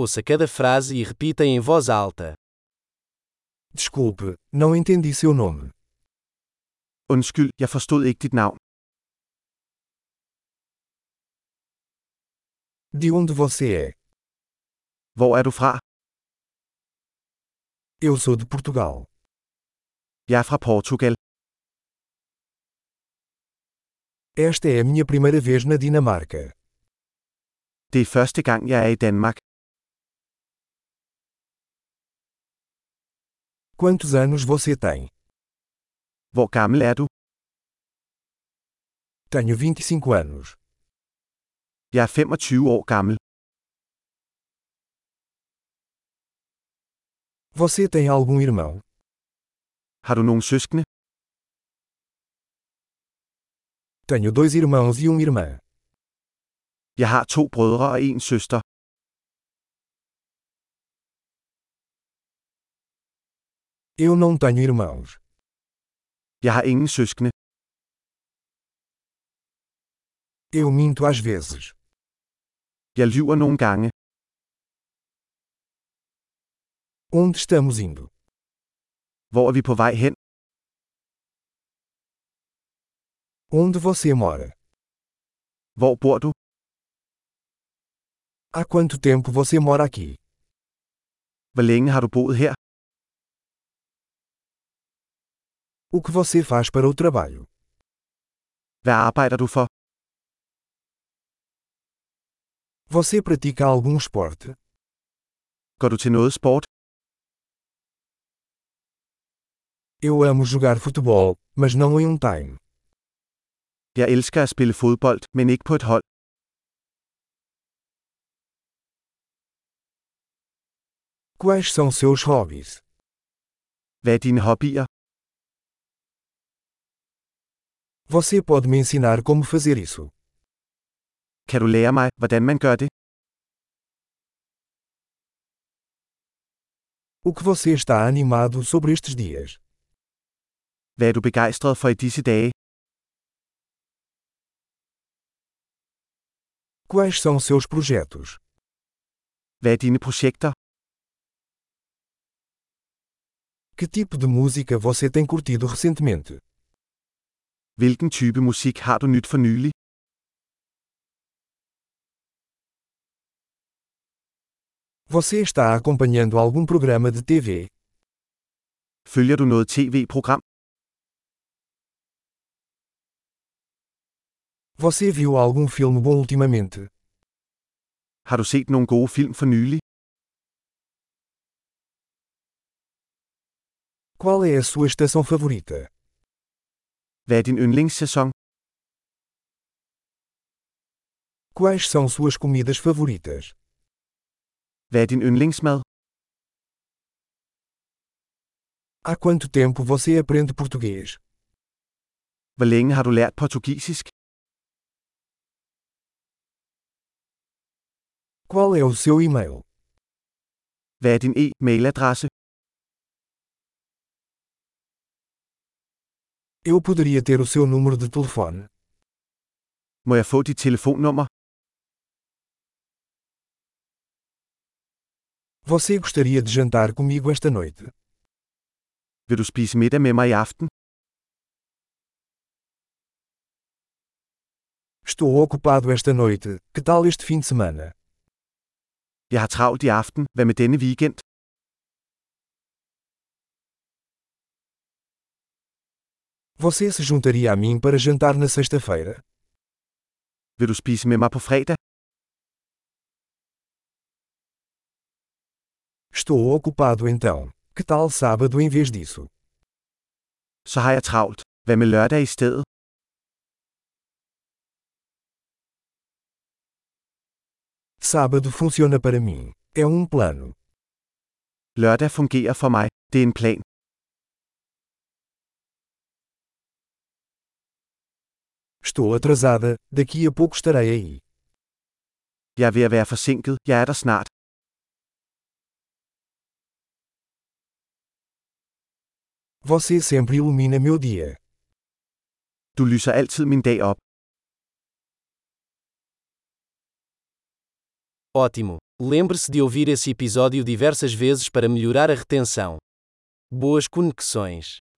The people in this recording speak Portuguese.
Ouça cada frase e repita em voz alta. Desculpe, não entendi seu nome. Undskyld, jeg forstod ikke dit navn. De onde você é? Hvor er du fra? Eu sou de Portugal. Jeg er fra Portugal. Esta é a minha primeira vez na Dinamarca. Det er første gang, jeg er i Danmark. Quantos anos você tem? Hvor gammel er du? Tenho 25 anos. Jeg er 25 år gammel. Você tem algum irmão? Har du nogen søskende? Tenho dois irmãos e uma irmã. Jeg har to brødre og en søster. Eu não tenho irmãos. Jeg har ingen søskende. Eu minto às vezes. Jeg lyver nogle gange. Onde estamos indo? Hvor er vi på vej hen? Onde você mora? Hvor bor du? Há quanto tempo você mora aqui? Hvor længe har du boet her? O que você faz para o trabalho? Hvad arbejder du for? Você pratica algum esporte? Går du til noget sport? Eu amo jogar futebol, mas não em um time. Jeg elsker at spille fodbold, men ikke på et hold. Quais são seus hobbies? Hvad er dine hobbyer? Você pode me ensinar como fazer isso? Kan du lære mig, hvordan man gør det? O que você está animado sobre estes dias? Hvad er du begejstret for i disse dage? Quais são seus projetos? Hvad er dine projekter? Que tipo de música você tem curtido recentemente? Hvilken type musik har du nyt for nylig? Você está acompanhando algum programa de TV? Følger du noget tv-program? Você viu algum filme bom ultimamente? Har du set nogle gode film for nylig? Qual é a sua estação favorita? Hvad er din yndlingssæson? Quais são suas comidas favoritas? Hvad er din yndlingsmad? Há quanto tempo você aprende português? Hvor længe har du lært portugisisk? Qual é o seu e-mail? Hvad er din e-mailadresse? Eu poderia ter o seu número de telefone. Må jeg få dit telefonnummer? Você gostaria de jantar comigo esta noite? Vil du spise middag med mig i aften? Estou ocupado esta noite, que tal este fim de semana? Jeg har travlt i aften, hvad med denne weekend? Você se juntaria a mim para jantar na sexta-feira? Vil du spise med mig på fredag? Estou ocupado então. Que tal sábado em vez disso? Så har jeg travlt. Hvad med lørdag i stedet? Sábado funciona para mim. É um plano. Lørdag fungerer for mig. Det er en plan. Estou atrasada, daqui a pouco estarei aí. Jeg er ved at være forsinket. Jeg er der snart. Você sempre ilumina meu dia. Du lyser altid min dag op. Ótimo! Lembre-se de ouvir esse episódio diversas vezes para melhorar a retenção. Boas conexões.